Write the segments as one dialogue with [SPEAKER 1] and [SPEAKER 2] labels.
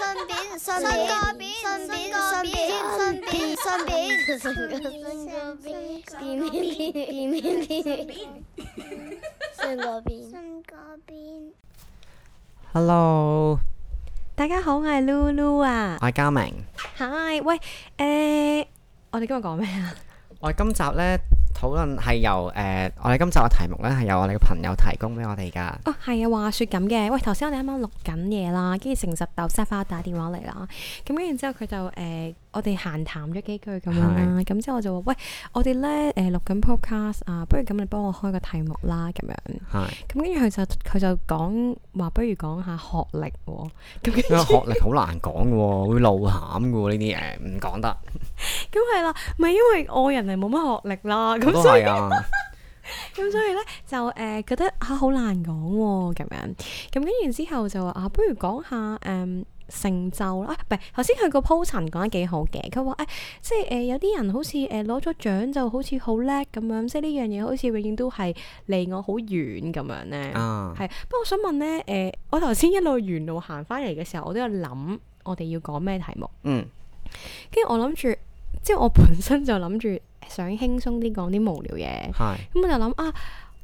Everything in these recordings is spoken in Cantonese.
[SPEAKER 1] 順便順便順便順便順便順便順便順便便便便便順個便順個便
[SPEAKER 2] Hello，
[SPEAKER 3] 大家好，我係 Lulu 啊。
[SPEAKER 2] 我係嘉明。
[SPEAKER 3] Hi，喂，誒、呃我哋今日講咩啊？
[SPEAKER 2] 我哋今集呢討論係由誒、呃我哋今集嘅題目呢係由我哋嘅朋友提供俾我哋㗎。
[SPEAKER 3] 哦，係啊，話說咁嘅。喂，頭先我哋啱啱錄緊嘢啦，跟住誠實豆沙花打電話嚟啦。咁跟住之後佢就誒、呃我哋閒談咗幾句咁樣啦。咁之後我就話，喂，我哋咧誒錄緊 podcast 啊，不如咁你幫我開個題目啦，咁樣。
[SPEAKER 2] 係，
[SPEAKER 3] 咁跟住佢就佢就講話，不如講下學歷喎、咁跟住
[SPEAKER 2] 因為學歷好難講嘅喎，會露餡嘅喎呢啲誒，唔講得。
[SPEAKER 3] 咁係啦，唔係因為我人係冇乜學歷啦，咁
[SPEAKER 2] 都
[SPEAKER 3] 所以
[SPEAKER 2] 係啊，
[SPEAKER 3] 咁所以咧就誒、呃、覺得嚇好、難講喎咁樣，咁跟住之後就話啊，不如講下誒、嗯成就啦，啊唔係頭先佢個 po 陳講得幾好嘅，佢話誒即係誒、呃有啲人好似誒攞咗獎就好似好叻咁樣，即係呢樣嘢好似永遠都係離我好遠咁樣咧。
[SPEAKER 2] 啊，
[SPEAKER 3] 係，不過我想問咧誒、呃我頭先一路沿路行翻嚟嘅時候，我都有諗我哋要講咩題目，
[SPEAKER 2] 嗯，
[SPEAKER 3] 跟住我諗住，即係我本身就諗住想輕鬆啲講啲無聊嘢。
[SPEAKER 2] 係，
[SPEAKER 3] 咁我就諗啊，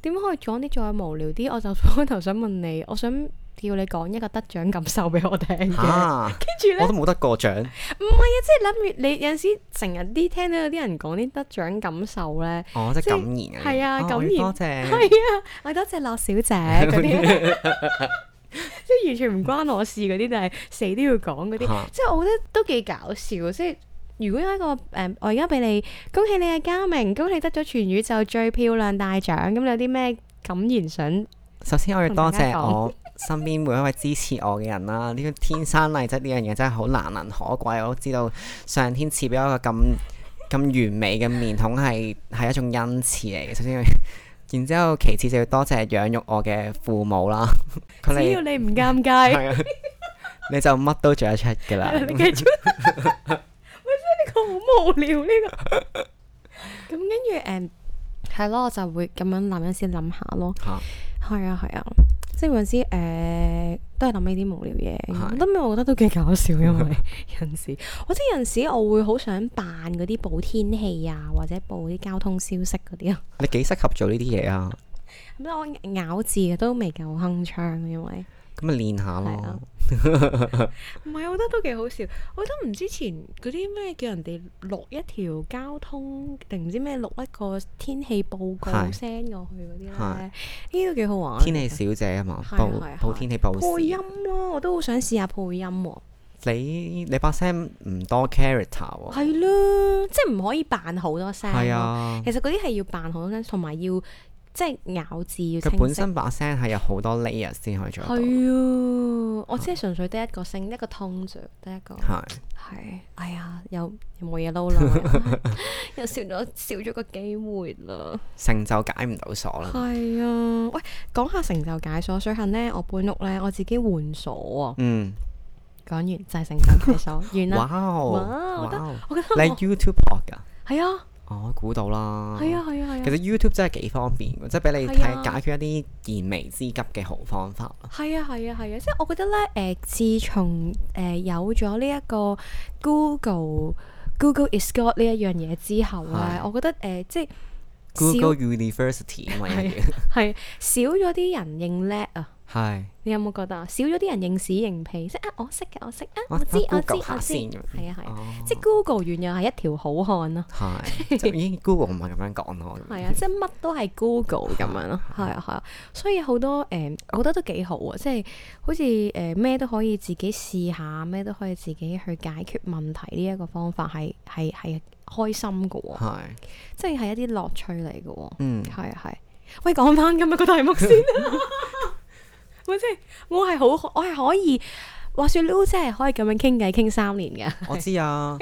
[SPEAKER 3] 點可以講啲再無聊啲？我就開頭想問你，我想叫你講一個得獎感受俾我聽嘅。
[SPEAKER 2] 嚇，
[SPEAKER 3] 跟住
[SPEAKER 2] 我
[SPEAKER 3] 咧，
[SPEAKER 2] 都冇得過獎，
[SPEAKER 3] 唔係啊，即係諗住你有陣時成日啲聽到有啲人講啲得獎感受咧，
[SPEAKER 2] 哦，即係感言
[SPEAKER 3] 係啊
[SPEAKER 2] 哦
[SPEAKER 3] 感
[SPEAKER 2] 我要
[SPEAKER 3] 言
[SPEAKER 2] 多
[SPEAKER 3] 係
[SPEAKER 2] 謝。
[SPEAKER 3] 啊，我多謝樂小姐嗰啲，即係完全唔關我事嗰啲，但係死都要講嗰啲，
[SPEAKER 2] 嚇
[SPEAKER 3] 即係我覺得都幾搞笑，即係。如果有一個誒、我而家俾你恭喜你啊，嘉明，恭喜你得咗全宇宙最漂亮大獎，咁你有啲咩感言想
[SPEAKER 2] 首先我要多
[SPEAKER 3] 同大家
[SPEAKER 2] 謝我身邊每一位支持我嘅人啦，呢個天生麗質呢樣嘢真係好難能可貴，我都知道上天賜俾我一個咁咁完美嘅面孔係係一種恩賜嚟嘅。首先要， 然之後其次就要多謝養育我嘅父母啦， 佢
[SPEAKER 3] 只要
[SPEAKER 2] 哋
[SPEAKER 3] 你啊唔尷尬，
[SPEAKER 2] 係啊，你就乜都做得出㗎啦。
[SPEAKER 3] 你繼續。 喂，真係呢個好無聊呢個。咁跟住誒，係咯，我就會咁樣諗一先諗下咯。
[SPEAKER 2] 嚇
[SPEAKER 3] 係啊，係啊，即係有陣時誒，都係諗呢啲無聊嘢。
[SPEAKER 2] 係
[SPEAKER 3] 咁我覺得都幾搞笑，因為 有陣時，我即係有陣時，我會好想扮嗰啲報天氣啊，或者報啲交通消息嗰啲啊。
[SPEAKER 2] 你幾適合做呢啲嘢啊？
[SPEAKER 3] 咁我咬字都未夠鏗鏘，因為。
[SPEAKER 2] 咁咪練下
[SPEAKER 3] 係啊
[SPEAKER 2] 咯。啊
[SPEAKER 3] 唔係，我覺得都幾好笑。我覺得唔之前嗰啲咩叫人哋錄一條交通定唔知咩錄一個天氣報告
[SPEAKER 2] 係
[SPEAKER 3] send 過去嗰啲咧，
[SPEAKER 2] 係
[SPEAKER 3] 呢啲都幾好玩。
[SPEAKER 2] 天氣小姐啊嘛，
[SPEAKER 3] 係
[SPEAKER 2] 報
[SPEAKER 3] 係
[SPEAKER 2] 報
[SPEAKER 3] 係啊
[SPEAKER 2] 天氣報
[SPEAKER 3] 配
[SPEAKER 2] 時
[SPEAKER 3] 音咯，我都好想試下配音喎。
[SPEAKER 2] 你你把聲唔多 character 喎，
[SPEAKER 3] 係咯，即係唔可以扮好多聲。
[SPEAKER 2] 係，啊。
[SPEAKER 3] 其實嗰啲係要扮好多聲，同埋要即係咬字要清晰。啊
[SPEAKER 2] 佢本身把聲係有好多 layer 先可以做到，
[SPEAKER 3] 係啊，我只係純粹得一個聲，一個通啫，得一個。
[SPEAKER 2] 係
[SPEAKER 3] 係，哎呀，又又冇嘢撈啦， 又少咗少咗個機會啦。
[SPEAKER 2] 成就解唔到鎖啦。
[SPEAKER 3] 係啊，喂，講下成就解鎖，最近呢，我搬屋呢，我自己換鎖啊。
[SPEAKER 2] 嗯，
[SPEAKER 3] 講完就係成就解鎖， 完
[SPEAKER 2] 哇
[SPEAKER 3] 啦。
[SPEAKER 2] 哦，
[SPEAKER 3] 哇我覺得
[SPEAKER 2] 哇哦
[SPEAKER 3] 我覺
[SPEAKER 2] 你
[SPEAKER 3] 得我
[SPEAKER 2] YouTube 學㗎？
[SPEAKER 3] 係啊，
[SPEAKER 2] 我估到啦。
[SPEAKER 3] 係啊，係啊，
[SPEAKER 2] 其
[SPEAKER 3] 係啊，
[SPEAKER 2] 實 YouTube 真係幾方便嘅，即係俾你
[SPEAKER 3] 係啊
[SPEAKER 2] 睇解決一啲燃眉之急嘅好方法啦。
[SPEAKER 3] 係啊，係啊，係啊，即係我覺得呢，誒，自從誒有咗呢一個 Google Google is God 呢一樣嘢之後呢，
[SPEAKER 2] 係
[SPEAKER 3] 我覺得誒，即係少
[SPEAKER 2] Google University 嘛，
[SPEAKER 3] 係
[SPEAKER 2] 要
[SPEAKER 3] 係少咗啲人認叻啊。
[SPEAKER 2] 係
[SPEAKER 3] 你有冇覺得啊？少咗啲人認屎認屁，即係啊我識嘅我識啊
[SPEAKER 2] 我
[SPEAKER 3] 我知我知
[SPEAKER 2] Google
[SPEAKER 3] 我
[SPEAKER 2] 下
[SPEAKER 3] 知，
[SPEAKER 2] 先
[SPEAKER 3] 係
[SPEAKER 2] 咁
[SPEAKER 3] 啊
[SPEAKER 2] 樣
[SPEAKER 3] 係啊，
[SPEAKER 2] 哦
[SPEAKER 3] 即係 Google 原又係一條好漢咯，
[SPEAKER 2] 係，就咦 Google 唔係咁樣講咯。咁樣
[SPEAKER 3] 係啊，即係乜都係 Google 咁樣咯，係啊係啊，所以好多誒，我覺得都幾好啊，即係好似誒咩都可以自己試下，咩都可以自己去解決問題呢一個方法係係係開心嘅喎，
[SPEAKER 2] 係，
[SPEAKER 3] 即係係一啲樂趣嚟嘅喎。
[SPEAKER 2] 嗯，
[SPEAKER 3] 係啊係。喂，講啊翻今日個題目先，咪即係我係好，我係可以話説 Loo 姐係可以咁樣傾偈傾三年嘅，
[SPEAKER 2] 我知 啊。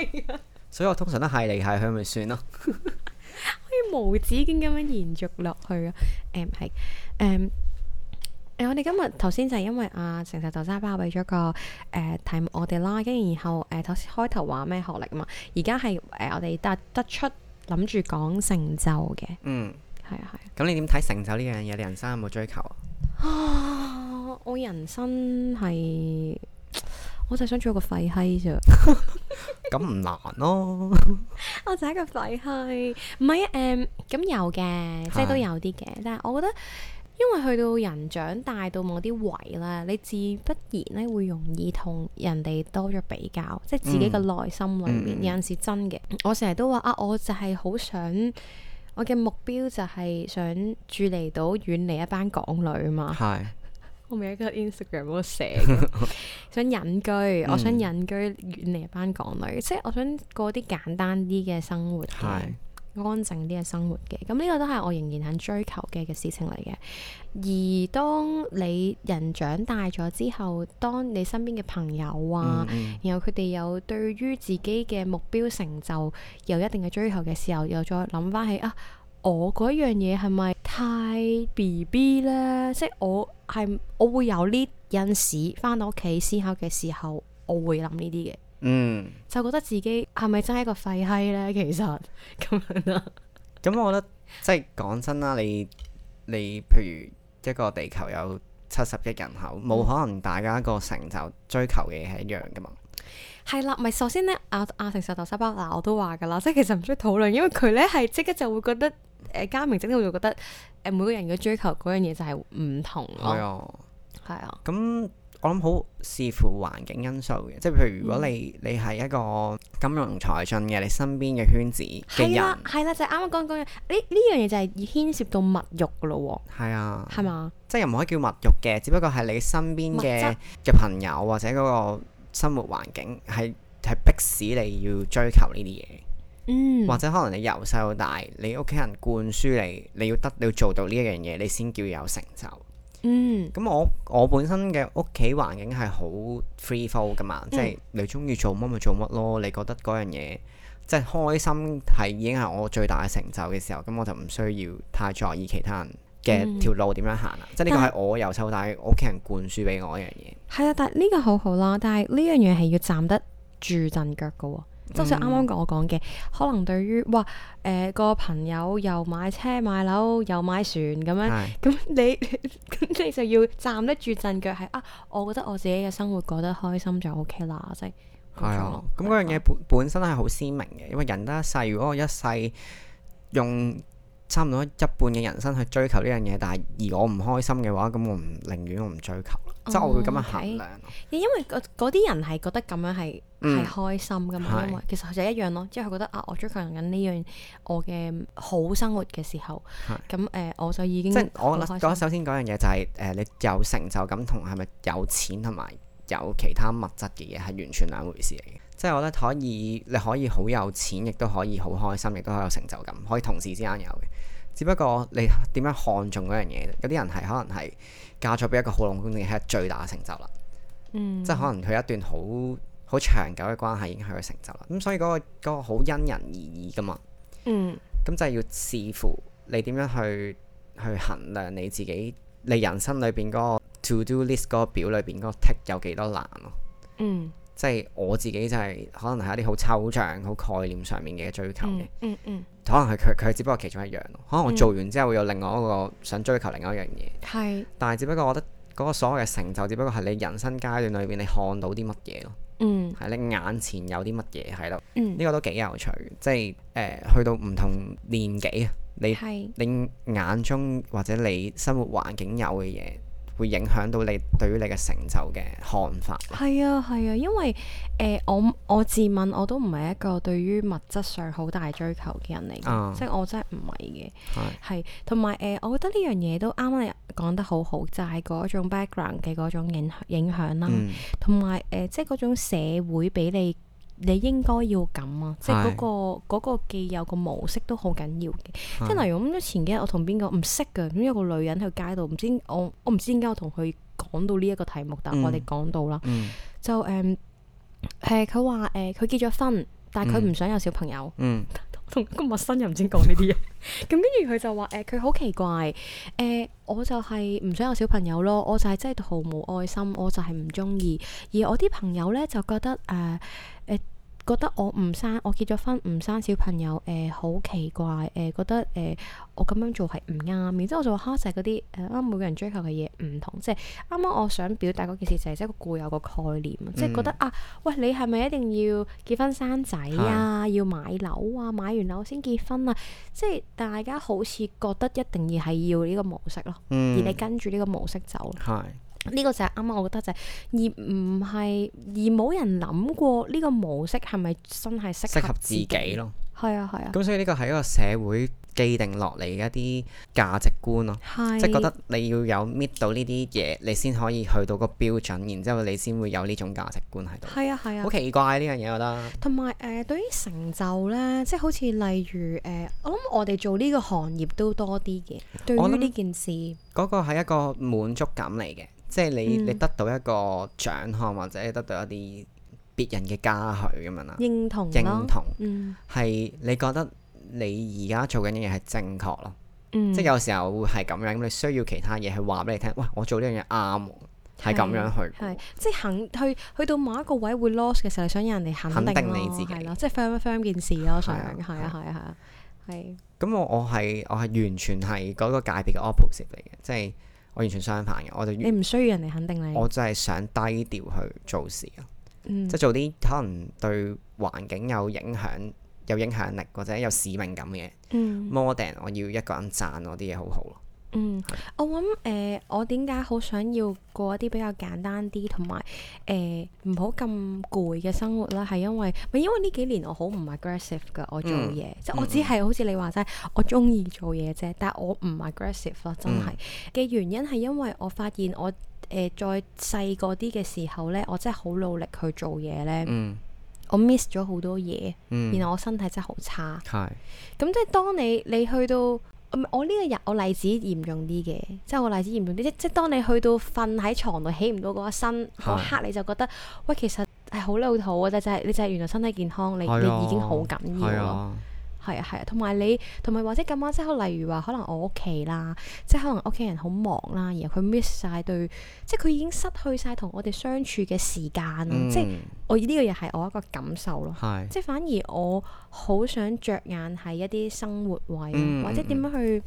[SPEAKER 2] 所以我通常都係嚟係去咪算咯。
[SPEAKER 3] 可以無止境咁樣延續落去啊！誒係誒誒，我哋今日頭先就係因為啊，誠實豆沙包俾咗個誒、題目我哋啦，跟住然後誒頭先開頭話咩學歷嘛，而家係誒我哋得得出諗住講成就嘅，
[SPEAKER 2] 嗯，
[SPEAKER 3] 係啊係啊。
[SPEAKER 2] 咁你點睇成就呢樣嘢？你人生有冇追求啊？
[SPEAKER 3] 啊！我人生係，我就係想做一個廢閪 咋。
[SPEAKER 2] 咁唔難咯。
[SPEAKER 3] 我哦就係一個廢閪，唔係啊誒，咁、有嘅，即係都有啲嘅，但係我覺得。因為去到人長大到某啲位啦，你自不然咧會容易同人哋多咗比較，即係自己嘅內心裏
[SPEAKER 2] 嗯
[SPEAKER 3] 面、
[SPEAKER 2] 嗯
[SPEAKER 3] 有陣時真嘅。我成日都話啊，我就係好想，我嘅目標就係想住離到遠離一班港女啊 嘛。
[SPEAKER 2] 係
[SPEAKER 3] 我咪喺個 Instagram 嗰度 寫嘅，想隱
[SPEAKER 2] 嗯
[SPEAKER 3] 居，我想隱居遠離一班港女，即係我想過啲簡單啲嘅生活嘅，
[SPEAKER 2] 係
[SPEAKER 3] 安靜啲嘅生活嘅。咁呢個都係我仍然肯追求嘅嘅事情嚟嘅。而當你人長大咗之後，當你身邊嘅朋友啊，
[SPEAKER 2] 嗯嗯
[SPEAKER 3] 然後佢哋有對於自己嘅目標成就有一定嘅追求嘅時候，又再諗翻起啊，我嗰樣嘢係咪太 B B 呢？即係我係我會有呢陣時翻到屋企思考嘅時候，我會諗呢啲嘅，
[SPEAKER 2] 嗯。
[SPEAKER 3] 就覺得自己係咪真係一個廢閪呢？其實咁樣啦，
[SPEAKER 2] 咁我覺得即係講真啦，你你譬如一個地球有七十億人口，冇可能大家個成就追求嘅嘢係一樣噶嘛。
[SPEAKER 3] 係啦，咪首先呢，阿阿成實豆沙包嗱，我都話㗎啦，即係其實唔需要討論，因為佢呢係即刻就會覺得誒、呃家明整到就覺得誒、呃每個人嘅追求嗰樣嘢就係唔同咯
[SPEAKER 2] 係，啊，
[SPEAKER 3] 係啊。
[SPEAKER 2] 咁我諗好視乎環境因素嘅，即係譬如如果你你係一個金融才俊嘅，你身邊嘅圈子嘅
[SPEAKER 3] 係啦
[SPEAKER 2] 人，
[SPEAKER 3] 係啦，就係啱啱講講嘅呢呢樣嘢就係牽涉到物欲噶咯
[SPEAKER 2] 係啊
[SPEAKER 3] 喎，，係嘛？
[SPEAKER 2] 即係又唔可以叫物欲嘅，只不過係你身邊
[SPEAKER 3] 物質
[SPEAKER 2] 嘅嘅朋友或者嗰個生活環境係係迫使你要追求呢啲嘢。
[SPEAKER 3] 嗯，
[SPEAKER 2] 或者可能你由細到大，你屋企人灌輸你，你要得，你要做到呢一樣嘢，你先叫有成就。
[SPEAKER 3] 嗯
[SPEAKER 2] 咁我我本身嘅屋企環境係好 free flow 噶嘛，即係
[SPEAKER 3] 嗯
[SPEAKER 2] 你中意做乜咪做乜咯。你覺得嗰樣嘢即係開心係已經係我最大嘅成就嘅時候，咁我就唔需要太在意其他人
[SPEAKER 3] 嗯
[SPEAKER 2] 嘅條路點樣行啦。即係呢個
[SPEAKER 3] 但
[SPEAKER 2] 係我由細到大屋企人灌輸俾我一樣嘢。
[SPEAKER 3] 係啊啦，但係呢個好好啦，但係呢樣嘢係要站得住陣腳噶喎。即係好似啱啱我講嘅，可能對於哇誒、呃個朋友又買車買樓又買船咁樣，
[SPEAKER 2] 係
[SPEAKER 3] 咁你 咁你就要站得住陣腳係啊！我覺得我自己嘅生活過得開心就 OK 啦，即係
[SPEAKER 2] 係
[SPEAKER 3] 嗰種
[SPEAKER 2] 啊
[SPEAKER 3] 咯，
[SPEAKER 2] 咁嗰樣嘢本本身係好鮮明嘅，因為人得一世，如果我一世用差唔多一半嘅人生去追求呢樣嘢，但係而我唔開心嘅話，咁我唔寧願我唔追求，即係我會咁樣衡量。
[SPEAKER 3] 因為嗰嗰啲人係覺得咁樣係係
[SPEAKER 2] 嗯
[SPEAKER 3] 開心噶嘛，
[SPEAKER 2] 係
[SPEAKER 3] 因為其實就一樣咯，即係佢覺得啊，我追求緊呢樣我嘅好生活嘅時候，咁誒、呃我就已經
[SPEAKER 2] 即係我
[SPEAKER 3] 好開
[SPEAKER 2] 覺
[SPEAKER 3] 心
[SPEAKER 2] 得首先嗰樣嘢就係、誒、你有成就感同係咪有錢同埋有其他物質嘅嘢係完全兩回事嚟嘅。即係我覺得可以，你可以好有錢，亦都可以好開心，亦都可以有成就感，可以同時之間有嘅。只不過你點樣看重嗰樣嘢？有啲人係可能係嫁咗俾一個好老公，已經係最大嘅成就啦。
[SPEAKER 3] 嗯
[SPEAKER 2] 即係可能佢一段好好長久嘅關係已經係佢嘅成就啦。咁所以嗰、個嗰個好因人而異噶嘛。
[SPEAKER 3] 嗯
[SPEAKER 2] 咁就係要視乎你點樣去去衡量你自己，你人生裏邊嗰個 to do list 嗰個表裏邊嗰個 tick 有幾多難咯。
[SPEAKER 3] 嗯
[SPEAKER 2] 即係我自己就係、可能係一啲好抽象、好概念上面嘅追求嘅，
[SPEAKER 3] 嗯嗯嗯，
[SPEAKER 2] 可能係佢佢只不過其中一樣咯。可能我做完之後會有另外一個想追求另外一樣嘢，
[SPEAKER 3] 係
[SPEAKER 2] 但係只不過我覺得嗰個所謂嘅成就，只不過係你人生階段裏邊你看到啲乜嘢咯，
[SPEAKER 3] 嗯
[SPEAKER 2] 係你眼前有啲乜嘢係咯，
[SPEAKER 3] 嗯
[SPEAKER 2] 呢個都幾有趣。即係誒、呃去到唔同年紀啊，你
[SPEAKER 3] 係
[SPEAKER 2] 你眼中或者你生活環境有嘅嘢，會影響到你對於你嘅成就嘅看法。
[SPEAKER 3] 係啊係啊，因為誒、呃我我自問我都唔係一個對於物質上好大追求嘅人嚟嘅，
[SPEAKER 2] 啊
[SPEAKER 3] 即係我真係唔係嘅。
[SPEAKER 2] 係
[SPEAKER 3] 係，同埋誒，我覺得呢樣嘢都啱啱你講得好好，就係、嗰種 background 嘅嗰種影響影響啦，
[SPEAKER 2] 嗯，
[SPEAKER 3] 同埋誒，即係嗰種社會俾你，你應該要咁啊，即係嗰、
[SPEAKER 2] 係
[SPEAKER 3] 個嗰個既有個模式都好緊要嘅。
[SPEAKER 2] 係
[SPEAKER 3] 即係例如咁，前幾日我同邊個唔識嘅，咁有個女人喺街度，唔知我我唔知點解我同佢講到呢一個題目，但
[SPEAKER 2] 嗯
[SPEAKER 3] 我哋講到啦，
[SPEAKER 2] 嗯
[SPEAKER 3] 就誒誒，佢話誒佢結咗婚，但係佢唔想有小朋友。
[SPEAKER 2] 嗯
[SPEAKER 3] 同一個陌生人唔知講呢啲嘢。 咁跟住佢就話誒，佢、好奇怪誒、我就係唔想有小朋友咯，我就係真係毫無愛心，我就係唔中意。而我啲朋友咧就覺得誒誒、覺得我唔生，我結咗婚唔生小朋友，誒、好奇怪，誒、覺得誒、我咁樣做係唔啱，然之後我就話嚇就係嗰啲誒啱每個人追求嘅嘢唔同，即係啱啱我想表達嗰件事就係即係一個固有個概念，即係覺得啊，喂你係咪一定要結婚生仔啊，要買樓啊，買完樓先結婚啊，即係大家好似覺得一定要係要呢個模式咯，而
[SPEAKER 2] 嗯
[SPEAKER 3] 你，跟住呢個模式走。
[SPEAKER 2] 係
[SPEAKER 3] 呢個就係啱啱，我覺得就係、而唔係而冇人諗過呢個模式係咪真係適
[SPEAKER 2] 適合
[SPEAKER 3] 合
[SPEAKER 2] 自己。咯。
[SPEAKER 3] 係啊係啊，
[SPEAKER 2] 咁所以呢個係一個社會既定落嚟嘅一啲價值觀咯。
[SPEAKER 3] 係
[SPEAKER 2] 即係覺得你要有搣到呢啲嘢，你先可以去到個標準，然之後你先會有呢種價值觀喺度。
[SPEAKER 3] 係啊係啊
[SPEAKER 2] 好，奇怪呢樣嘢，我覺得。
[SPEAKER 3] 同埋誒對於成就咧，即係好似例如誒、我諗我哋做呢個行業都多啲嘅。對
[SPEAKER 2] 我
[SPEAKER 3] 於
[SPEAKER 2] 諗
[SPEAKER 3] 呢件事，
[SPEAKER 2] 嗰個係一個滿足感嚟嘅，即係你、
[SPEAKER 3] 嗯
[SPEAKER 2] 你得到一個獎項或者得到一啲別人嘅嘉許咁樣啦，
[SPEAKER 3] 認同
[SPEAKER 2] 認
[SPEAKER 3] 咯，
[SPEAKER 2] 同
[SPEAKER 3] 嗯
[SPEAKER 2] 係你覺得你而家做緊嘅嘢係正確咯，
[SPEAKER 3] 嗯，
[SPEAKER 2] 即係有時候會係咁樣，咁你需要其他嘢去話俾你聽，哇！我做呢樣嘢啱喎，係咁樣去。
[SPEAKER 3] 係即係肯去去到某一個位會 loss 嘅時候，你想有人哋肯
[SPEAKER 2] 肯
[SPEAKER 3] 定
[SPEAKER 2] 定
[SPEAKER 3] 咯
[SPEAKER 2] 你自己
[SPEAKER 3] 係咯，即係 firm 一 firm 件事咯，想
[SPEAKER 2] 係啊
[SPEAKER 3] 係啊係啊係啊係。
[SPEAKER 2] 咁我我係我係完全係嗰個界別嘅 opposite 嚟嘅，即係我完全相反嘅，我就
[SPEAKER 3] 你唔需要人哋肯定你，
[SPEAKER 2] 我就係想低調去做事啊咯，
[SPEAKER 3] 嗯
[SPEAKER 2] 即係做啲可能對環境有影響、有影響力或者有使命感嘅嘢。
[SPEAKER 3] 嗯
[SPEAKER 2] more than 我要一個人讚我啲嘢好好咯。
[SPEAKER 3] 嗯，我諗誒、呃我點解好想要過一啲比較簡單啲，同埋誒唔好咁攰嘅生活啦，係因為咪因為呢幾年我好唔 aggressive 噶，我做
[SPEAKER 2] 嗯
[SPEAKER 3] 嘢，即係我只係好似你話齋，我中意做嘢啫，但係我唔 aggressive 咯，真係
[SPEAKER 2] 嗯
[SPEAKER 3] 嘅、原因係因為我發現我誒、呃再細個啲嘅時候咧，我真係好努力去做嘢咧，
[SPEAKER 2] 嗯
[SPEAKER 3] 我 miss 咗好多嘢，
[SPEAKER 2] 嗯，
[SPEAKER 3] 然後我身體真係好差。
[SPEAKER 2] 係
[SPEAKER 3] 咁即係當你你去到，唔係我呢個日我例子嚴重啲嘅，即係我例子嚴重啲，即即係當你去到瞓喺床度起唔到嗰一身嗰
[SPEAKER 2] 係
[SPEAKER 3] 刻，你就覺得喂其實係好老土啊！但就係、你就係原來身體健康，你
[SPEAKER 2] 係啊
[SPEAKER 3] 你已經好緊
[SPEAKER 2] 係
[SPEAKER 3] 要咯。
[SPEAKER 2] 啊，
[SPEAKER 3] 係啊係啊，同埋你同埋或者咁啱，即係例如話可能我屋企啦，即係可能屋企人好忙啦，然後佢 miss 晒對，即係佢已經失去晒同我哋相處嘅時間啦。即係
[SPEAKER 2] 嗯
[SPEAKER 3] 我呢個又係我一個感受咯。
[SPEAKER 2] 係
[SPEAKER 3] 即係反而我好想着眼喺一啲生活位啊，
[SPEAKER 2] 嗯
[SPEAKER 3] 或者
[SPEAKER 2] 嗯
[SPEAKER 3] 點樣去、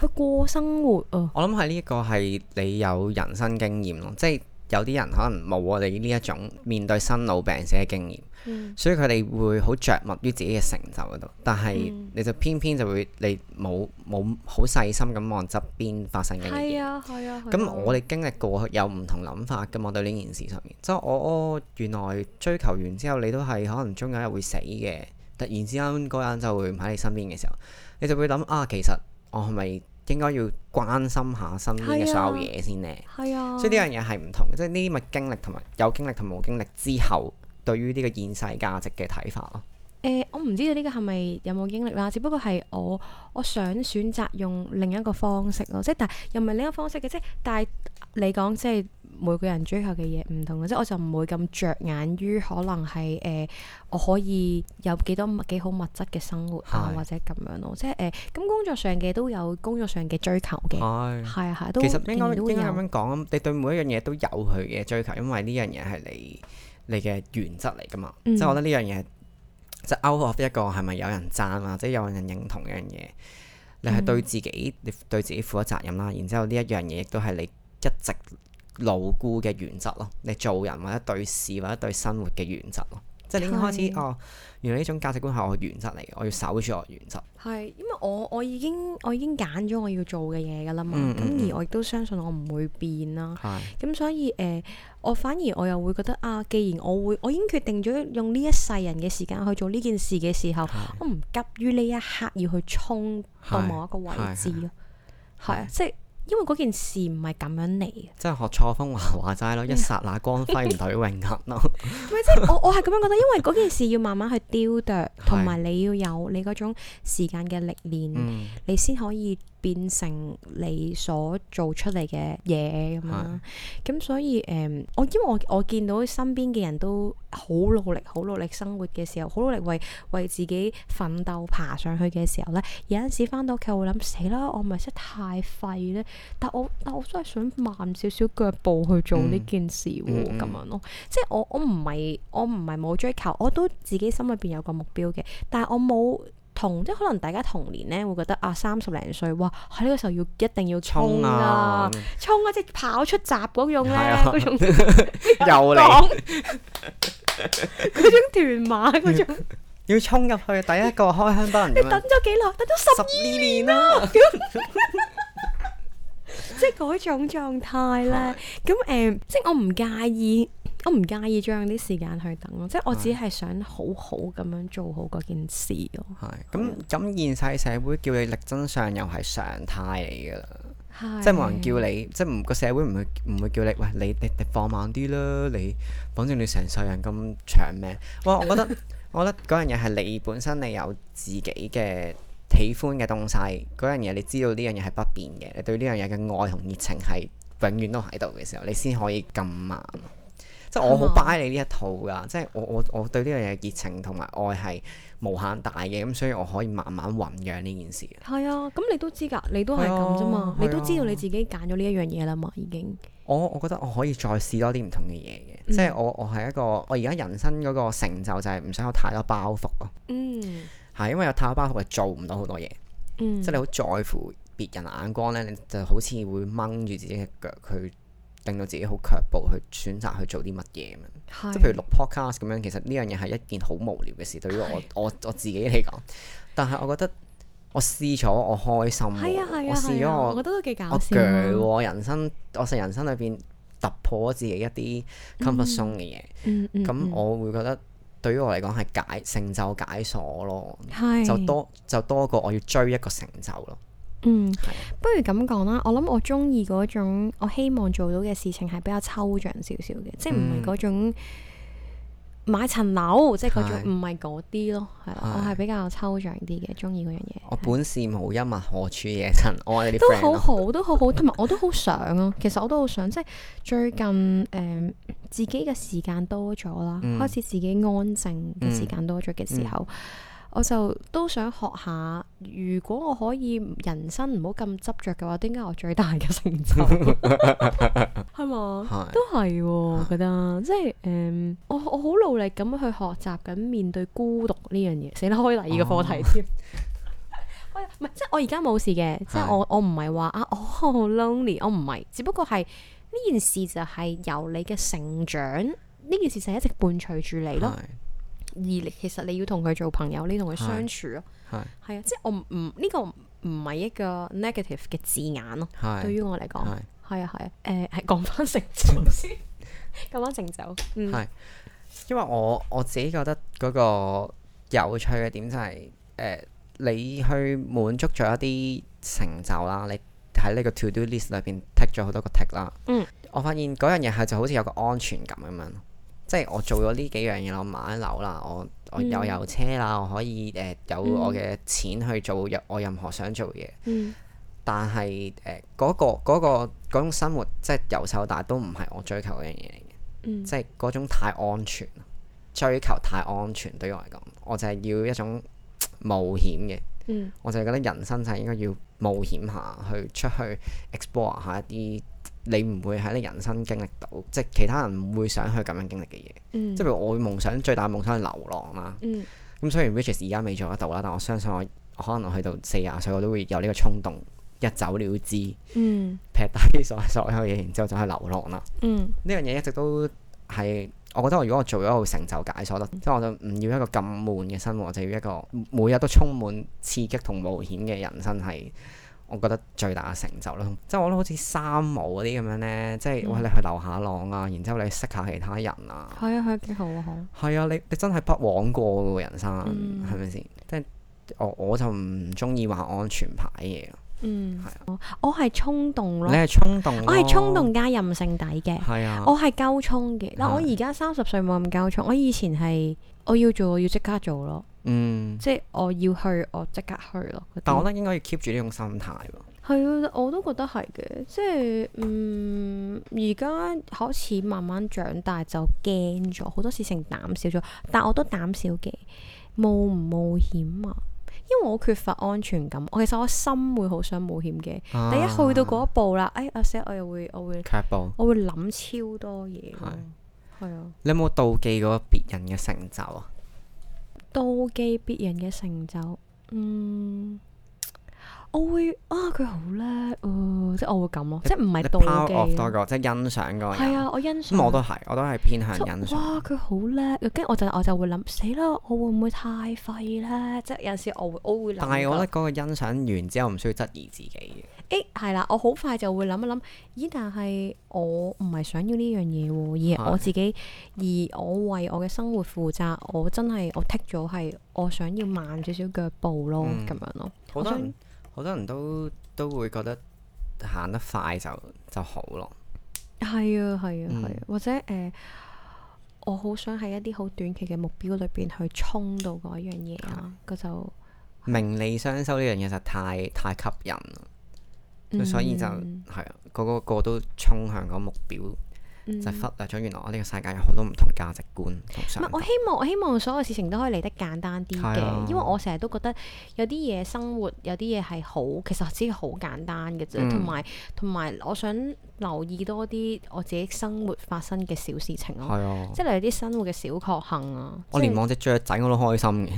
[SPEAKER 3] 去過生活啊。
[SPEAKER 2] 我諗係呢一個係你有人生經驗咯，即係有啲人可能冇我哋呢一種面對生老病死嘅經驗。
[SPEAKER 3] 嗯
[SPEAKER 2] 所以佢哋會好着墨於自己嘅成就嗰度，但係
[SPEAKER 3] 嗯
[SPEAKER 2] 你就偏偏就會你冇冇好細心咁望側邊發生嘅
[SPEAKER 3] 係
[SPEAKER 2] 嘢。
[SPEAKER 3] 啊，係啊。
[SPEAKER 2] 咁我哋經歷過有唔同諗法噶嘛，對呢件事上面，即係我我原來追求完之後，你都係可能終有一日會死嘅，突然之間嗰個人就會唔喺你身邊嘅時候，你就會諗啊，其實我係咪應該要關心下身邊嘅所有嘢先呢？
[SPEAKER 3] 係啊，
[SPEAKER 2] 所以呢樣嘢係唔同嘅，即係呢啲咪經歷同埋有經歷同冇經歷之後，對於呢個現世價值嘅睇法咯。
[SPEAKER 3] 誒、呃我唔知道呢個係咪有冇經歷啦，只不過係我我想選擇用另一個方式咯，即係但又唔係另一個方式嘅，即係但係你講即係每個人追求嘅嘢唔同嘅，即係我就唔會咁着眼於可能係誒、呃我可以有幾多物幾好物質嘅生活啊，
[SPEAKER 2] 係
[SPEAKER 3] 或者咁樣咯，即係誒呃咁工作上嘅都有工作上嘅追求嘅，係
[SPEAKER 2] 係，
[SPEAKER 3] 啊係啊，都
[SPEAKER 2] 哦其實應
[SPEAKER 3] 仍
[SPEAKER 2] 該
[SPEAKER 3] 然都
[SPEAKER 2] 應該
[SPEAKER 3] 有
[SPEAKER 2] 咁樣講，你對每一樣嘢都有佢嘅追求，因為呢樣嘢係你你嘅原則嚟噶嘛。
[SPEAKER 3] 嗯
[SPEAKER 2] 即係我覺得呢樣嘢即係 out of 一個係咪有人讚或者有人認同嘅樣嘢，你
[SPEAKER 3] 嗯
[SPEAKER 2] 係對自己、你對自己負咗責任啦。然之後呢一樣嘢亦都係你一直牢固嘅原則咯，你做人或者對事或者對生活嘅原則咯。即係你已經開始
[SPEAKER 3] 係
[SPEAKER 2] 哦，原來呢種價值觀係我嘅原則嚟嘅，我要守住我嘅原則。
[SPEAKER 3] 係，因為我我已經我已經揀咗我要做嘅嘢㗎啦嘛，
[SPEAKER 2] 嗯
[SPEAKER 3] 咁、
[SPEAKER 2] 嗯嗯
[SPEAKER 3] 而我亦都相信我唔會變啦。
[SPEAKER 2] 係
[SPEAKER 3] 咁所以誒、呃我反而我又會覺得啊，既然我會，我已經決定咗用呢一世人嘅時間去做呢件事嘅時候，我唔急於呢一刻要去衝到
[SPEAKER 2] 係
[SPEAKER 3] 某一個位置咯。係
[SPEAKER 2] 係
[SPEAKER 3] 啊，即係因為嗰件事唔係咁樣嚟嘅，
[SPEAKER 2] 即係學錯風華話齋 咯，一剎那光輝唔代表永恆咯。
[SPEAKER 3] 咪即係我我係咁樣覺得，因為嗰件事要慢慢去雕琢，同埋你要有你嗰種時間嘅歷練，
[SPEAKER 2] 嗯，
[SPEAKER 3] 你先可以變成你所做出嚟嘅嘢咁啦。咁所以誒、嗯我因為我我見到身邊嘅人都好努力、好努力生活嘅時候，好努力為為自己奮鬥爬上去嘅時候咧，有陣時翻到屋企我會諗死啦，我咪真係太廢咧。但我但我真係想慢少少腳步去做呢
[SPEAKER 2] 嗯
[SPEAKER 3] 件事喎，咁、
[SPEAKER 2] 嗯嗯
[SPEAKER 3] 樣咯。即係我我唔係我唔係冇追求，我都自己心裏邊有個目標嘅，但係我冇。同即係可能大家童年咧會覺得啊三十零歲哇喺呢個時候要一定要衝
[SPEAKER 2] 衝
[SPEAKER 3] 啊
[SPEAKER 2] 啊！
[SPEAKER 3] 衝啊！即係跑出閘嗰種咧，
[SPEAKER 2] 係啊
[SPEAKER 3] 嗰種
[SPEAKER 2] 又嚟
[SPEAKER 3] 講嗰種團馬嗰種，
[SPEAKER 2] 要衝入去第一個開香檳人咁
[SPEAKER 3] 等
[SPEAKER 2] 樣，
[SPEAKER 3] 咗幾耐？等咗
[SPEAKER 2] 嗯
[SPEAKER 3] 十
[SPEAKER 2] 十二年啦，
[SPEAKER 3] 即係嗰種狀態咧。咁誒、即係我唔介意，我唔介意將啲時間去等咯。即係
[SPEAKER 2] 嗯
[SPEAKER 3] 我只係想好好咁樣做好嗰件事咯。
[SPEAKER 2] 係咁咁現世社會叫你力爭上游係常態嚟㗎啦。
[SPEAKER 3] 係啊
[SPEAKER 2] 即係冇人叫你，即係唔個社會唔會唔會叫你，喂你你你放慢啲啦，你反正你成世人咁長命，哇！我覺得我覺得嗰樣嘢係你本身你有自己嘅喜歡嘅東西，嗰樣嘢你知道呢樣嘢係不變嘅，你對呢樣嘢嘅愛同熱情係永遠都喺度嘅時候，你先可以咁慢。即係我好
[SPEAKER 3] 啱啊
[SPEAKER 2] buy 你呢一套㗎，即係我我我對呢樣嘢嘅熱情同埋愛係無限大嘅，咁所以我可以慢慢醖釀呢件事。
[SPEAKER 3] 係啊，咁你都知㗎，你都係咁啫嘛，
[SPEAKER 2] 係啊
[SPEAKER 3] 你都知道你自己揀咗呢一樣嘢啦嘛，已經
[SPEAKER 2] 我我覺得我可以再試多啲唔同嘅嘢嘅，
[SPEAKER 3] 嗯
[SPEAKER 2] 即係我我係一個我而家人生嗰個成就就係唔想有太多包袱咯，
[SPEAKER 3] 嗯
[SPEAKER 2] 係因為有太多包袱係做唔到好多嘢，
[SPEAKER 3] 嗯，
[SPEAKER 2] 即係你好在乎別人眼光咧，你就好似會掹住自己嘅腳去令到自己好卻步去選擇去做啲乜嘢咁樣。
[SPEAKER 3] 係
[SPEAKER 2] 即係譬如錄 podcast 咁樣，其實呢樣嘢係一件好無聊嘅事，對於我
[SPEAKER 3] 係
[SPEAKER 2] 我我自己嚟講，但係我覺得我試咗我開心喎，
[SPEAKER 3] 係啊係
[SPEAKER 2] 我
[SPEAKER 3] 啊
[SPEAKER 2] 試
[SPEAKER 3] 係
[SPEAKER 2] 咗
[SPEAKER 3] 啊，
[SPEAKER 2] 我
[SPEAKER 3] 我覺得都幾搞
[SPEAKER 2] 我
[SPEAKER 3] 笑
[SPEAKER 2] 鋸
[SPEAKER 3] 啊，
[SPEAKER 2] 喎，人生我成人生裏邊突破咗自己一啲 comfort zone 嘅嘢，
[SPEAKER 3] 嗯嗯
[SPEAKER 2] 咁、
[SPEAKER 3] 嗯
[SPEAKER 2] 我會覺得對於我嚟講係解成就解鎖咯，
[SPEAKER 3] 嗯係
[SPEAKER 2] 就多就多過我要追一個成就咯，
[SPEAKER 3] 嗯
[SPEAKER 2] 係，
[SPEAKER 3] 不如咁講啦。我諗我中意嗰種，我希望做到嘅事情係比較抽象少少嘅，即係唔
[SPEAKER 2] 嗯
[SPEAKER 3] 係嗰種買層樓，即係嗰
[SPEAKER 2] 係
[SPEAKER 3] 種唔係嗰啲咯。係啦，我
[SPEAKER 2] 係
[SPEAKER 3] 係比較抽象啲嘅，中意嗰樣嘢。
[SPEAKER 2] 我本是無一物，何處惹塵埃呢啲
[SPEAKER 3] 都
[SPEAKER 2] friend
[SPEAKER 3] 好
[SPEAKER 2] 咯，
[SPEAKER 3] 好，都好好，同埋我都好想啊。其實我都好想，即係最近誒、嗯自己嘅時間多咗啦，
[SPEAKER 2] 嗯
[SPEAKER 3] 開始自己安靜嘅時間多咗嘅時候，我就都想學下，如果我可以人生唔好咁執着嘅話，點解我最大嘅成 就係嘛？
[SPEAKER 2] 係
[SPEAKER 3] 都係喎，
[SPEAKER 2] 啊
[SPEAKER 3] 我覺得即係誒、嗯我我好努力咁去學習緊面對孤獨呢樣嘢，死啦開第二個課題添。喂唔係，即係我而家冇事嘅，即係
[SPEAKER 2] 哦係
[SPEAKER 3] 我我唔係話啊，我 好 lonely，我唔係，只不過係呢件事就係由你嘅成長，呢件事就係一直伴隨住你咯。
[SPEAKER 2] 係
[SPEAKER 3] 而你其實你要同佢做朋友，你同佢
[SPEAKER 2] 係
[SPEAKER 3] 相處咯，
[SPEAKER 2] 係
[SPEAKER 3] 係啊，即係我唔唔呢個唔係一個 negative 嘅字眼咯。對
[SPEAKER 2] 係
[SPEAKER 3] 於我嚟講，
[SPEAKER 2] 係。
[SPEAKER 3] 係啊係啊，誒係講翻成就 先，講翻成就，嗯
[SPEAKER 2] 係因為我我自己覺得嗰個有趣嘅點就係、誒、你去滿足咗一啲成就啦，你喺呢個 to do list 裏邊剔咗好多個 tick 啦。
[SPEAKER 3] 嗯，
[SPEAKER 2] 我發現嗰樣嘢係就好似有個安全感咁樣咯，即係我做咗呢幾樣嘢啦，我買咗樓啦，我我又
[SPEAKER 3] 嗯
[SPEAKER 2] 有車啦，我可以誒、呃有
[SPEAKER 3] 嗯
[SPEAKER 2] 我嘅錢去做任我任何想做嘅嘢。
[SPEAKER 3] 嗯
[SPEAKER 2] 但係誒嗰個嗰、個嗰種生活，即係由細到大都唔係我追求嘅嘢嚟嘅。
[SPEAKER 3] 嗯
[SPEAKER 2] 即係嗰種太安全，追求太安全對我嚟講，我就係要一種冒險嘅，
[SPEAKER 3] 嗯
[SPEAKER 2] 我就係覺得人生就係應該要冒險下去出去 explore 下一啲你唔會喺你人生經歷到，即係其他人唔會想去咁樣經歷嘅嘢。
[SPEAKER 3] 嗯
[SPEAKER 2] 即係譬如我會夢想最大嘅夢想係流浪啦，
[SPEAKER 3] 嗯
[SPEAKER 2] 咁雖然 which is 而家未做得到啦，但我相信我可能我去到四廿歲我都會有呢個衝動，一走了之， 劈
[SPEAKER 3] 嗯
[SPEAKER 2] 低所所有嘢，然之後就去流浪啦。
[SPEAKER 3] 嗯
[SPEAKER 2] 呢樣嘢一直都係，我覺得我如果我做咗個成就解鎖得，即係我就唔要一個咁悶嘅生活，我就要一個每日都充滿刺激同冒險嘅人生係。我覺得最大嘅成就咯，即係我覺得好似三毛嗰啲咁樣呢，即係
[SPEAKER 3] 嗯
[SPEAKER 2] 哇你去流下浪啊，然之後你識下其他人啊，
[SPEAKER 3] 係啊係啊幾好啊好，
[SPEAKER 2] 係啊，你你真係不枉過嘅喎人生，
[SPEAKER 3] 嗯
[SPEAKER 2] 係咪先？即係我我就唔中意話安全牌嘢咯，
[SPEAKER 3] 嗯
[SPEAKER 2] 係啊
[SPEAKER 3] 我我係衝動
[SPEAKER 2] 你哦
[SPEAKER 3] 咯，
[SPEAKER 2] 係衝動咯，
[SPEAKER 3] 我係衝動加任性底嘅，
[SPEAKER 2] 係啊，
[SPEAKER 3] 我係鳩衝嘅。嗱，
[SPEAKER 2] 係
[SPEAKER 3] 我而家三十歲冇咁鳩衝，我以前係我要做我要即刻做咯，
[SPEAKER 2] 嗯，
[SPEAKER 3] 即係我要去我即刻去咯。嗰啲嗯
[SPEAKER 2] 但我覺得應該要 keep 住呢種心態喎。
[SPEAKER 3] 係啊，我都覺得係嘅，即係嗯，而家開始慢慢長大就驚咗，好多事情膽小咗，但我都膽小嘅，冒唔冒險啊？因為我缺乏安全感，我其實我心會好想冒險嘅，
[SPEAKER 2] 啊
[SPEAKER 3] 但一去到嗰一步啦，哎阿 Sir，我又會我會
[SPEAKER 2] 卻步，
[SPEAKER 3] 我會諗超多嘢咯，係啊，
[SPEAKER 2] 你有冇妒忌過別人嘅成就啊？
[SPEAKER 3] 妒忌別人嘅成就，嗯。我會啊，佢好叻喎，即係我會咁咯，即係唔係
[SPEAKER 2] 你 power
[SPEAKER 3] 妒
[SPEAKER 2] off
[SPEAKER 3] 忌
[SPEAKER 2] 多
[SPEAKER 3] 啊。
[SPEAKER 2] 過，即係欣賞嗰個
[SPEAKER 3] 係
[SPEAKER 2] 人。
[SPEAKER 3] 啊，我欣賞。
[SPEAKER 2] 咁我都係，我都係偏向
[SPEAKER 3] 即係
[SPEAKER 2] 欣賞。啊
[SPEAKER 3] 哇，佢好叻，跟住我就我就會諗死啦，我會唔會太廢咧？即係有陣時我會我會諗㗎。
[SPEAKER 2] 但係我覺得嗰個欣賞完之後唔需要質疑自己
[SPEAKER 3] 誒係啦，我好快就會諗一諗，咦？但係我唔係想要呢樣嘢喎，而係
[SPEAKER 2] 係
[SPEAKER 3] 我自己，而我為我嘅生活負責，我真係我剔咗係我想要慢少少腳步咯，
[SPEAKER 2] 嗯
[SPEAKER 3] 咁樣咯。
[SPEAKER 2] 嘅。好多人好多人都都會覺得行得快就就好咯。
[SPEAKER 3] 係啊，係啊，係啊
[SPEAKER 2] 嗯，
[SPEAKER 3] 或者誒、呃我好想喺一啲好短期嘅目標裏邊去衝到嗰樣嘢啊，嗰就
[SPEAKER 2] 名利雙收呢樣嘢實太太吸引啦，
[SPEAKER 3] 嗯
[SPEAKER 2] 所以就係啊，個個個都衝向嗰個目標，就
[SPEAKER 3] 嗯
[SPEAKER 2] 忽略咗原來我哦呢個世界有好多唔同價值觀同
[SPEAKER 3] 唔
[SPEAKER 2] 想
[SPEAKER 3] 係，我
[SPEAKER 2] 法。
[SPEAKER 3] 希望我希望所有事情都可以嚟得簡單啲
[SPEAKER 2] 係啊
[SPEAKER 3] 嘅，因為我成日都覺得有啲嘢生活有啲嘢係好，其實只係好簡單嘅啫，
[SPEAKER 2] 嗯
[SPEAKER 3] 同埋同埋我想留意多啲我自己生活發生嘅小事情咯，
[SPEAKER 2] 係啊，
[SPEAKER 3] 即係例如啲生活嘅小確幸啊，
[SPEAKER 2] 我
[SPEAKER 3] 即
[SPEAKER 2] 連
[SPEAKER 3] 係
[SPEAKER 2] 望只雀仔我都啊開心嘅。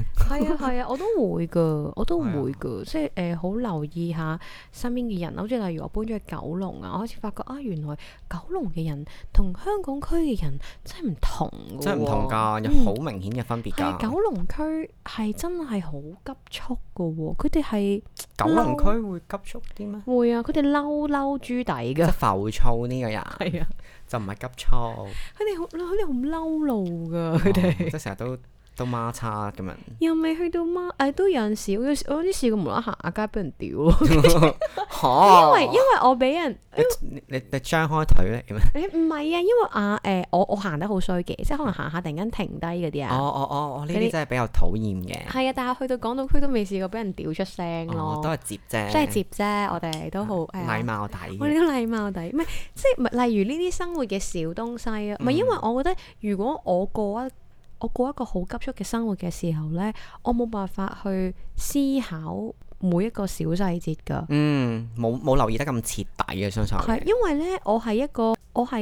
[SPEAKER 3] 係啊係啊，我都會噶，我都會噶，即係誒好留意下身邊嘅人，好似例如我搬咗去九龍啊，我開始發覺啊，原來九龍嘅人同香港區嘅人真係唔同㗎
[SPEAKER 2] 真係唔同
[SPEAKER 3] 喎
[SPEAKER 2] 㗎，有
[SPEAKER 3] 嗯
[SPEAKER 2] 好明顯嘅分別
[SPEAKER 3] 係啊
[SPEAKER 2] 㗎。
[SPEAKER 3] 九龍區係真係好急促噶喎，佢哋係
[SPEAKER 2] 九龍區
[SPEAKER 3] 啊
[SPEAKER 2] 會急促啲 咩？
[SPEAKER 3] 會啊，佢哋嬲嬲豬底
[SPEAKER 2] 即係
[SPEAKER 3] 噶，
[SPEAKER 2] 浮躁呢個人，
[SPEAKER 3] 係啊，
[SPEAKER 2] 就唔係急躁。
[SPEAKER 3] 佢哋好佢哋好嬲路噶，佢
[SPEAKER 2] 哦
[SPEAKER 3] 哋
[SPEAKER 2] 即係成日都都孖叉咁樣。
[SPEAKER 3] 又未去到媽，誒都有陣時，我有我有啲試過無啦啦行下街俾人屌咯， 因為因為我俾人
[SPEAKER 2] 你你你張開腿嚟咩？
[SPEAKER 3] 誒唔係啊，因為啊誒我我行得好衰嘅，即係可能行下突然間停低嗰啲
[SPEAKER 2] 哦
[SPEAKER 3] 啊，
[SPEAKER 2] 哦哦哦，呢
[SPEAKER 3] 嗰啲
[SPEAKER 2] 啲真係比較討厭嘅。
[SPEAKER 3] 係啊，但係去到港島區都未試過俾人屌出聲
[SPEAKER 2] 哦，都
[SPEAKER 3] 咯，
[SPEAKER 2] 係接啫，
[SPEAKER 3] 即係接啫，我哋都好係啊
[SPEAKER 2] 禮貌底
[SPEAKER 3] 我哋
[SPEAKER 2] 嘅。
[SPEAKER 3] 都禮貌地，唔係即係唔係例如呢啲生活嘅小東西啊，唔係、
[SPEAKER 2] 嗯
[SPEAKER 3] 因為我覺得如果我過一我過一個好急促嘅生活嘅時候呢，我冇辦法去思考每一個小細節㗎，
[SPEAKER 2] 嗯，冇冇留意得咁徹底嘅，相信我
[SPEAKER 3] 係
[SPEAKER 2] 哋。
[SPEAKER 3] 因為呢，我係一個我係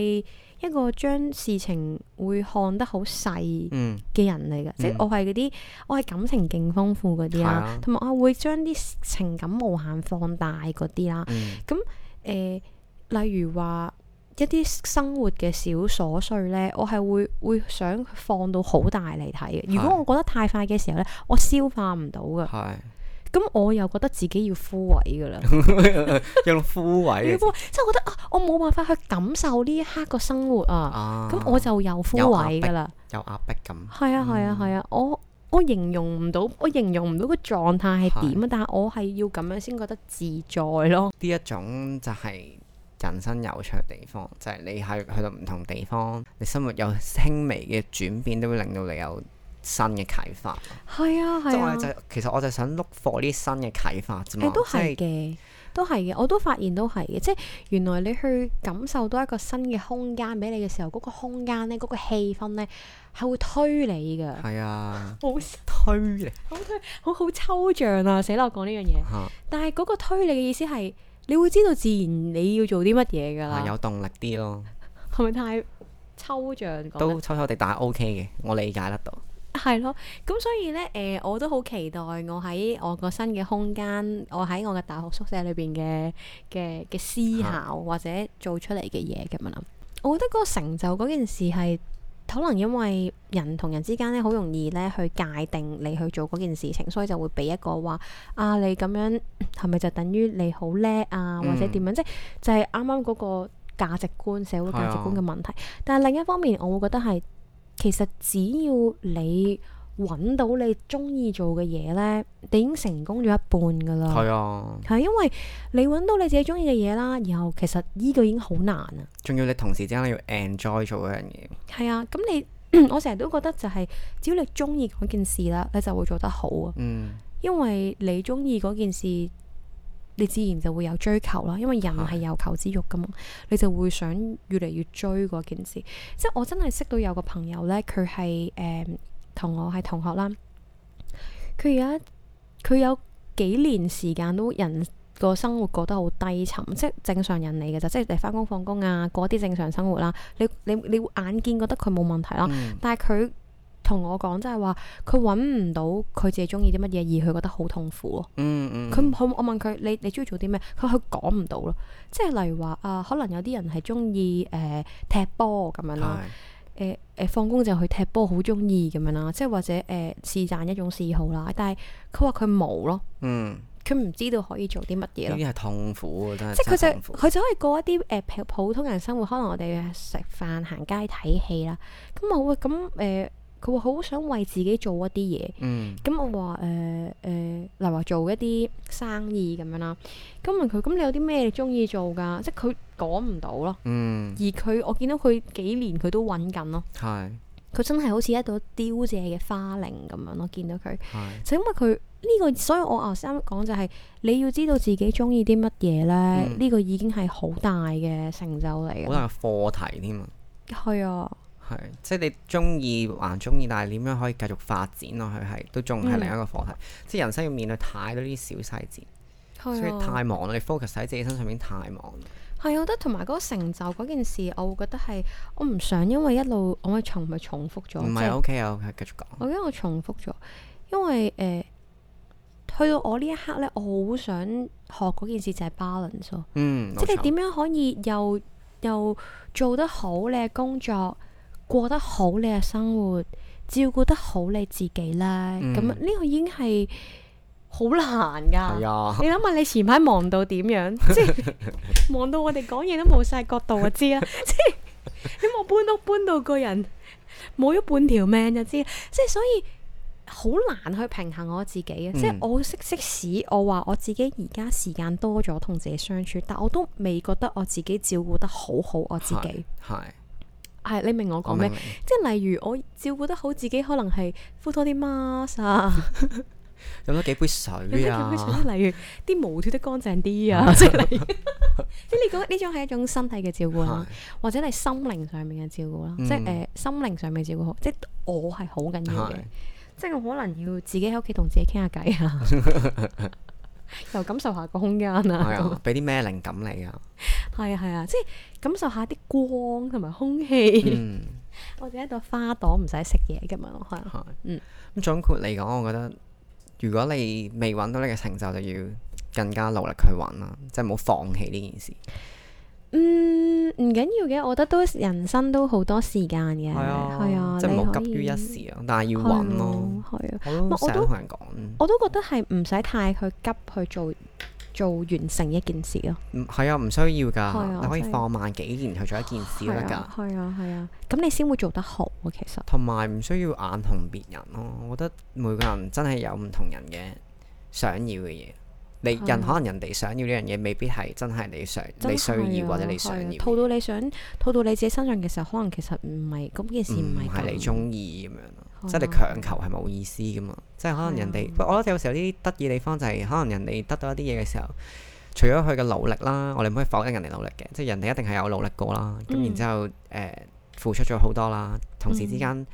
[SPEAKER 3] 一個將事情會看得好細
[SPEAKER 2] 嗯，
[SPEAKER 3] 嘅人嚟㗎，即係
[SPEAKER 2] 嗯
[SPEAKER 3] 我係嗰啲我係感情勁豐富嗰啲
[SPEAKER 2] 係
[SPEAKER 3] 啦
[SPEAKER 2] 啊，
[SPEAKER 3] 同埋、我會將啲情感無限放大嗰啲啦。
[SPEAKER 2] 嗯
[SPEAKER 3] 誒、呃例如話一啲生活嘅小瑣碎呢，我係會會想放到好大嚟睇嘅。如果
[SPEAKER 2] 係
[SPEAKER 3] 我覺得太快嘅時候呢，我消化唔到嘅，
[SPEAKER 2] 係
[SPEAKER 3] 咁我又覺得自己要枯萎噶啦，
[SPEAKER 2] 用到枯
[SPEAKER 3] 要
[SPEAKER 2] 萎嘅
[SPEAKER 3] 枯萎即係我覺得啊，我冇辦法去感受呢一刻個生活啊，
[SPEAKER 2] 啊，
[SPEAKER 3] 咁我就又枯萎噶啦。
[SPEAKER 2] 有壓迫嗯感。
[SPEAKER 3] 係啊係啊係啊，我我形容唔到，我形容唔到個狀態係點啊，但係我係要咁樣先覺得自在咯。
[SPEAKER 2] 呢一種就係人生有趣嘅地方，就係、你係去到唔同地方，你生活有輕微嘅轉變，都會令到你有新嘅啟發。
[SPEAKER 3] 係啊
[SPEAKER 2] 即
[SPEAKER 3] 係
[SPEAKER 2] 係我
[SPEAKER 3] 啊
[SPEAKER 2] 哋。就其實我就想 look for 啲新嘅啟發啫
[SPEAKER 3] 誒、
[SPEAKER 2] 嘛。
[SPEAKER 3] 都
[SPEAKER 2] 哦即
[SPEAKER 3] 係
[SPEAKER 2] 係
[SPEAKER 3] 嘅，都係嘅，我都發現都係嘅，即係原來你去感受到一個新嘅空間俾你嘅時候，嗰、個空間呢，嗰、個氣氛呢，係會推你㗎，
[SPEAKER 2] 係啊，
[SPEAKER 3] 好
[SPEAKER 2] 推你
[SPEAKER 3] 好好抽象啊！死啦，我講呢樣嘢，
[SPEAKER 2] 嚇，
[SPEAKER 3] 但係嗰個推你嘅意思係，你會知道自然你要做啲乜嘢㗎
[SPEAKER 2] 係
[SPEAKER 3] 啦，
[SPEAKER 2] 有動力啲咯，
[SPEAKER 3] 係咪太抽象講得
[SPEAKER 2] 都抽抽地，但係 OK 嘅，我理解得到。
[SPEAKER 3] 係咯，咁所以呢，誒、我都好期待我喺我個新嘅空間，我喺我嘅大學宿舍裏邊嘅嘅嘅思考或者做出嚟嘅嘢咁樣啦。我覺得嗰個成就嗰件事係可能因為人同人之間咧，好容易咧去界定你去做嗰件事情，所以就會俾一個話啊，你咁樣係咪就等於你好叻啊，或者
[SPEAKER 2] 嗯
[SPEAKER 3] 點樣？即係就係啱啱嗰個價值觀、社會價值觀嘅
[SPEAKER 2] 係啊
[SPEAKER 3] 問題。但係另一方面，我會覺得係其實只要你揾到你中意做嘅嘢呢，你已經成功咗一半噶啦。
[SPEAKER 2] 係啊，
[SPEAKER 3] 係因為你揾到你自己中意嘅嘢啦，然後其實呢個已經好難啊。
[SPEAKER 2] 仲要你同時之間你要 enjoy 做嗰樣嘢。
[SPEAKER 3] 係啊，咁你 我成日都覺得就係、只要你中意嗰件事啦，你就會做得好啊。
[SPEAKER 2] 嗯，
[SPEAKER 3] 因為你中意嗰件事，你自然就會有追求啦，因為人係有求知欲噶嘛，你就會想越嚟越追嗰件事。即係我真係識到有個朋友呢，佢係誒同我係同學啦，佢而家佢有幾年時間都人個生活過得好低沉，即係正常人嚟嘅咋，即係你翻工放工啊，過啲正常生活啦。你你你會眼見覺得佢冇問題啦，
[SPEAKER 2] 嗯
[SPEAKER 3] 但係佢同我講，即係話佢揾唔到佢自己中意啲乜嘢，而佢覺得好痛苦咯。
[SPEAKER 2] 嗯嗯，
[SPEAKER 3] 佢佢我問佢你你中意做啲咩？佢佢講唔到咯。即係例如話啊，可能有啲人係中意誒踢波咁樣啦。
[SPEAKER 2] 係
[SPEAKER 3] 誒誒放工就去踢波，好中意咁樣啦，即係或者誒是但一種嗜好啦。但係佢話佢冇咯，
[SPEAKER 2] 嗯，
[SPEAKER 3] 佢唔知道可以做啲乜嘢
[SPEAKER 2] 呢
[SPEAKER 3] 咯。
[SPEAKER 2] 啲係痛苦喎，啊真係
[SPEAKER 3] 即係佢
[SPEAKER 2] 真係痛
[SPEAKER 3] 就
[SPEAKER 2] 苦
[SPEAKER 3] 佢就可以過一啲誒、呃普普通人生活，可能我哋食飯、行街、睇戲啦。咁我話咁誒，佢話好想為自己做一啲嘢。
[SPEAKER 2] 嗯
[SPEAKER 3] 咁我話誒誒，例如話做一啲生意咁樣啦。咁問佢咁你有啲咩中意做㗎？即係佢講唔到咯。
[SPEAKER 2] 嗯
[SPEAKER 3] 而佢我見到佢幾年佢都揾緊咯。
[SPEAKER 2] 係
[SPEAKER 3] 佢真係好似一朵凋謝嘅花靈咁樣咯，見到佢
[SPEAKER 2] 係
[SPEAKER 3] 就因為佢呢、個，所以我頭先講就係、你要知道自己中意啲乜嘢呢？
[SPEAKER 2] 嗯
[SPEAKER 3] 呢、個已經係好大嘅成就嚟
[SPEAKER 2] 好
[SPEAKER 3] 嘅，
[SPEAKER 2] 大嘅課題添啊！
[SPEAKER 3] 係啊，
[SPEAKER 2] 係，即係你中意還中意，但係點樣可以繼續發展落去係都仲
[SPEAKER 3] 嗯
[SPEAKER 2] 係另一個課題。即係人生要面對太多呢啲小細節，所以
[SPEAKER 3] 係啊，
[SPEAKER 2] 太忙啦。你 focus 喺自己身上面太忙，
[SPEAKER 3] 係啊，我覺得同埋嗰個成就嗰件事，我會覺得係我唔想，因為一路我咪重咪重複咗，
[SPEAKER 2] 唔
[SPEAKER 3] 即係
[SPEAKER 2] 係 OK 啊，OK，繼續講。
[SPEAKER 3] 我覺得我重複咗，因為誒、呃去到我呢一刻呢，我好想學嗰件事就係 balance 咯。
[SPEAKER 2] 嗯，
[SPEAKER 3] 即係
[SPEAKER 2] 冇錯
[SPEAKER 3] 你點樣可以又又做得好你嘅工作，過得好你嘅生活，照顧得好你自己啦。
[SPEAKER 2] 嗯
[SPEAKER 3] 咁呢、個已經係好難㗎。
[SPEAKER 2] 係啊，
[SPEAKER 3] 你諗下，你前排忙到點樣？ 即係忙到我哋講嘢都冇晒角度，我知啦。 即係你冇搬屋搬到個人冇咗半條命就知啦。即係所以好難去平衡我自己嘅。即係
[SPEAKER 2] 嗯
[SPEAKER 3] 我識即使我話我自己而家時間多咗同自己相處，但我都未覺得我自己照顧得好好我自己。
[SPEAKER 2] 係
[SPEAKER 3] 係你明我講
[SPEAKER 2] 我
[SPEAKER 3] 咩
[SPEAKER 2] 明？你
[SPEAKER 3] 即係例如我照顧得好自己，可能係敷多啲 mask 啊。
[SPEAKER 2] 飲咗幾杯
[SPEAKER 3] 你
[SPEAKER 2] 水
[SPEAKER 3] 睇佢
[SPEAKER 2] 啊，
[SPEAKER 3] 啲例如啲毛脱得乾淨啲 啊，即係例如，即係你覺得呢種係一種身體嘅照顧啦
[SPEAKER 2] 係，
[SPEAKER 3] 或者係心靈上面嘅照顧啦，
[SPEAKER 2] 嗯
[SPEAKER 3] 即係誒、呃心靈上面嘅照顧好，即係我係好緊要嘅
[SPEAKER 2] 係，
[SPEAKER 3] 即係我可能要自己喺屋企同自己傾下偈啊， 又感受下個空間
[SPEAKER 2] 係
[SPEAKER 3] 啊，
[SPEAKER 2] 啊，俾啲咩靈感你 啊？
[SPEAKER 3] 係啊係啊，即係感受下啲光同埋空氣，
[SPEAKER 2] 嗯。
[SPEAKER 3] 或者一朵花朵唔使食嘢咁樣咯，係啊
[SPEAKER 2] 係，
[SPEAKER 3] 嗯
[SPEAKER 2] 咁總括嚟講，我覺得如果你未揾到你嘅成就，就要更加努力去揾啦，即係唔好放棄呢件事。
[SPEAKER 3] 嗯，唔緊要嘅，我覺得都人生都好多時間嘅，係啊，
[SPEAKER 2] 即係唔好急
[SPEAKER 3] 你可
[SPEAKER 2] 於
[SPEAKER 3] 以
[SPEAKER 2] 一時咯，但係要揾咯。
[SPEAKER 3] 係啊，係
[SPEAKER 2] 我
[SPEAKER 3] 啊，
[SPEAKER 2] 都
[SPEAKER 3] 我
[SPEAKER 2] 成日
[SPEAKER 3] 都
[SPEAKER 2] 同人講，
[SPEAKER 3] 我都覺得係唔使太去急去做做完成一件事咯。
[SPEAKER 2] 嗯係啊，唔需要
[SPEAKER 3] 啊
[SPEAKER 2] 㗎，你可以
[SPEAKER 3] 真係
[SPEAKER 2] 放慢幾年去做一件事都得
[SPEAKER 3] 係
[SPEAKER 2] 㗎
[SPEAKER 3] 啊，，係啊，係啊，咁你先會做得好啊。其實
[SPEAKER 2] 同埋唔需要眼紅別人咯。我覺得每個人真係有唔同人嘅想要嘅嘢。你
[SPEAKER 3] 係啊
[SPEAKER 2] 人可能人哋想要呢樣嘢，未必係真係你想你需要或者你想要嘅
[SPEAKER 3] 啊套
[SPEAKER 2] 嘢，
[SPEAKER 3] 到你想套到你自己身上嘅時候，可能其實唔係咁件事，唔
[SPEAKER 2] 唔
[SPEAKER 3] 係
[SPEAKER 2] 係你
[SPEAKER 3] 咁
[SPEAKER 2] 中意咁樣咯。
[SPEAKER 3] 係
[SPEAKER 2] 即係你
[SPEAKER 3] 啊
[SPEAKER 2] 強求係冇意思噶嘛，即係可能人哋，不過我覺得有時候呢啲得意地方就係可能人哋得到一啲嘢嘅時候，除咗佢嘅努力啦，我哋唔可以否定人哋努力嘅，即係人哋一定係有努力過啦，咁、
[SPEAKER 3] 嗯
[SPEAKER 2] 然之後誒、呃付出咗好多啦，同時之間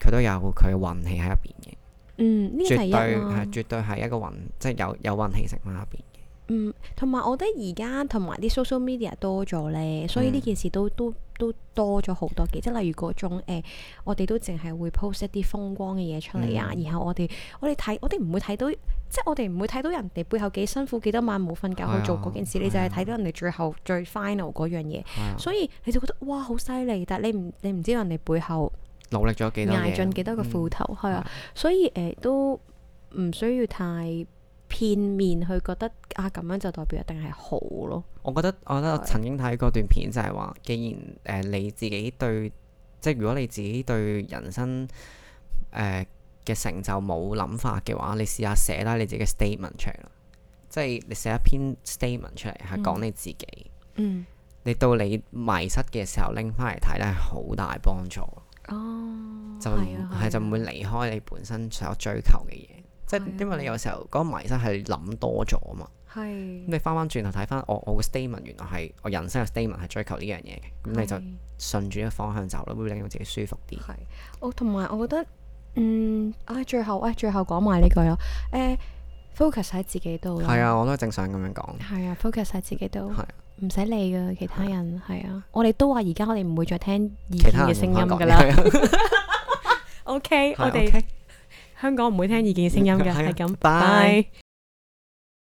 [SPEAKER 2] 佢、都有佢嘅運氣喺入邊嘅，
[SPEAKER 3] 嗯呢
[SPEAKER 2] 絕
[SPEAKER 3] 個第
[SPEAKER 2] 對
[SPEAKER 3] 一啦
[SPEAKER 2] 係。絕對係一個運，即係有有運氣成分喺入邊嘅，
[SPEAKER 3] 嗯，同埋我覺得而家同埋啲 social media 多咗咧，所以呢
[SPEAKER 2] 嗯
[SPEAKER 3] 件事都都都多咗好多嘅，即係例如嗰種、呃、我哋都淨係會 post 一啲風光嘅嘢出嚟啊，
[SPEAKER 2] 嗯
[SPEAKER 3] 然後我哋我哋睇我哋唔會睇到，即係我哋唔會睇到人哋背後幾辛苦幾多晚冇瞓覺
[SPEAKER 2] 係啊
[SPEAKER 3] 去做嗰件事，你就係睇到人哋最後最 final 嗰樣嘢，
[SPEAKER 2] 係啊
[SPEAKER 3] 所以你就覺得哇好犀利，但係你唔你唔知道人哋背後
[SPEAKER 2] 努力咗幾多
[SPEAKER 3] 捱
[SPEAKER 2] 嘢，
[SPEAKER 3] 盡幾多個
[SPEAKER 2] 嗯
[SPEAKER 3] 苦頭，係啊。所以誒、呃都唔需要太片面去覺得啊咁樣就代表一定係好咯。
[SPEAKER 2] 我覺得我覺得我
[SPEAKER 3] 係
[SPEAKER 2] 曾經睇過段片就係話，既然誒、呃你自己對，即係如果你自己對人生誒呃嘅、成就冇諗法嘅話，你試下寫低你自己嘅 statement 出嚟啦。即係你寫一篇 statement 出嚟，係講你自己。
[SPEAKER 3] 嗯，
[SPEAKER 2] 你到你迷失嘅時候拎翻嚟睇咧，係好大幫助。
[SPEAKER 3] 哦，
[SPEAKER 2] 就
[SPEAKER 3] 係啊
[SPEAKER 2] 唔係就唔會離開你本身所追求嘅嘢。即係
[SPEAKER 3] 係啊
[SPEAKER 2] 因為
[SPEAKER 3] 係
[SPEAKER 2] 你
[SPEAKER 3] 啊
[SPEAKER 2] 有時候嗰個迷失係諗多咗啊嘛。
[SPEAKER 3] 係
[SPEAKER 2] 咁你翻翻轉頭睇翻我我嘅 statement，原來係我人生嘅 statement 係追求呢樣嘢嘅，咁你就
[SPEAKER 3] 係
[SPEAKER 2] 順住呢個方向走啦，會令到自己舒服啲。
[SPEAKER 3] 係，我同埋我覺得，嗯，啊，最後，啊，最後講埋呢句咯，誒、focus 喺自己度啦，
[SPEAKER 2] 係啊，我都係正想咁樣講。
[SPEAKER 3] 係啊，focus 喺自己度
[SPEAKER 2] 係啊，
[SPEAKER 3] 唔使理噶其他人，係啊，我哋都話而家我哋唔會再聽
[SPEAKER 2] 其
[SPEAKER 3] 意見
[SPEAKER 2] 他人
[SPEAKER 3] 嘅聲音
[SPEAKER 2] 噶
[SPEAKER 3] 噶啦，OK，我哋
[SPEAKER 2] 係啊
[SPEAKER 3] 香港唔會聽意見嘅聲音嘅，
[SPEAKER 2] 係啊
[SPEAKER 3] 係咁，
[SPEAKER 2] 拜
[SPEAKER 3] 拜。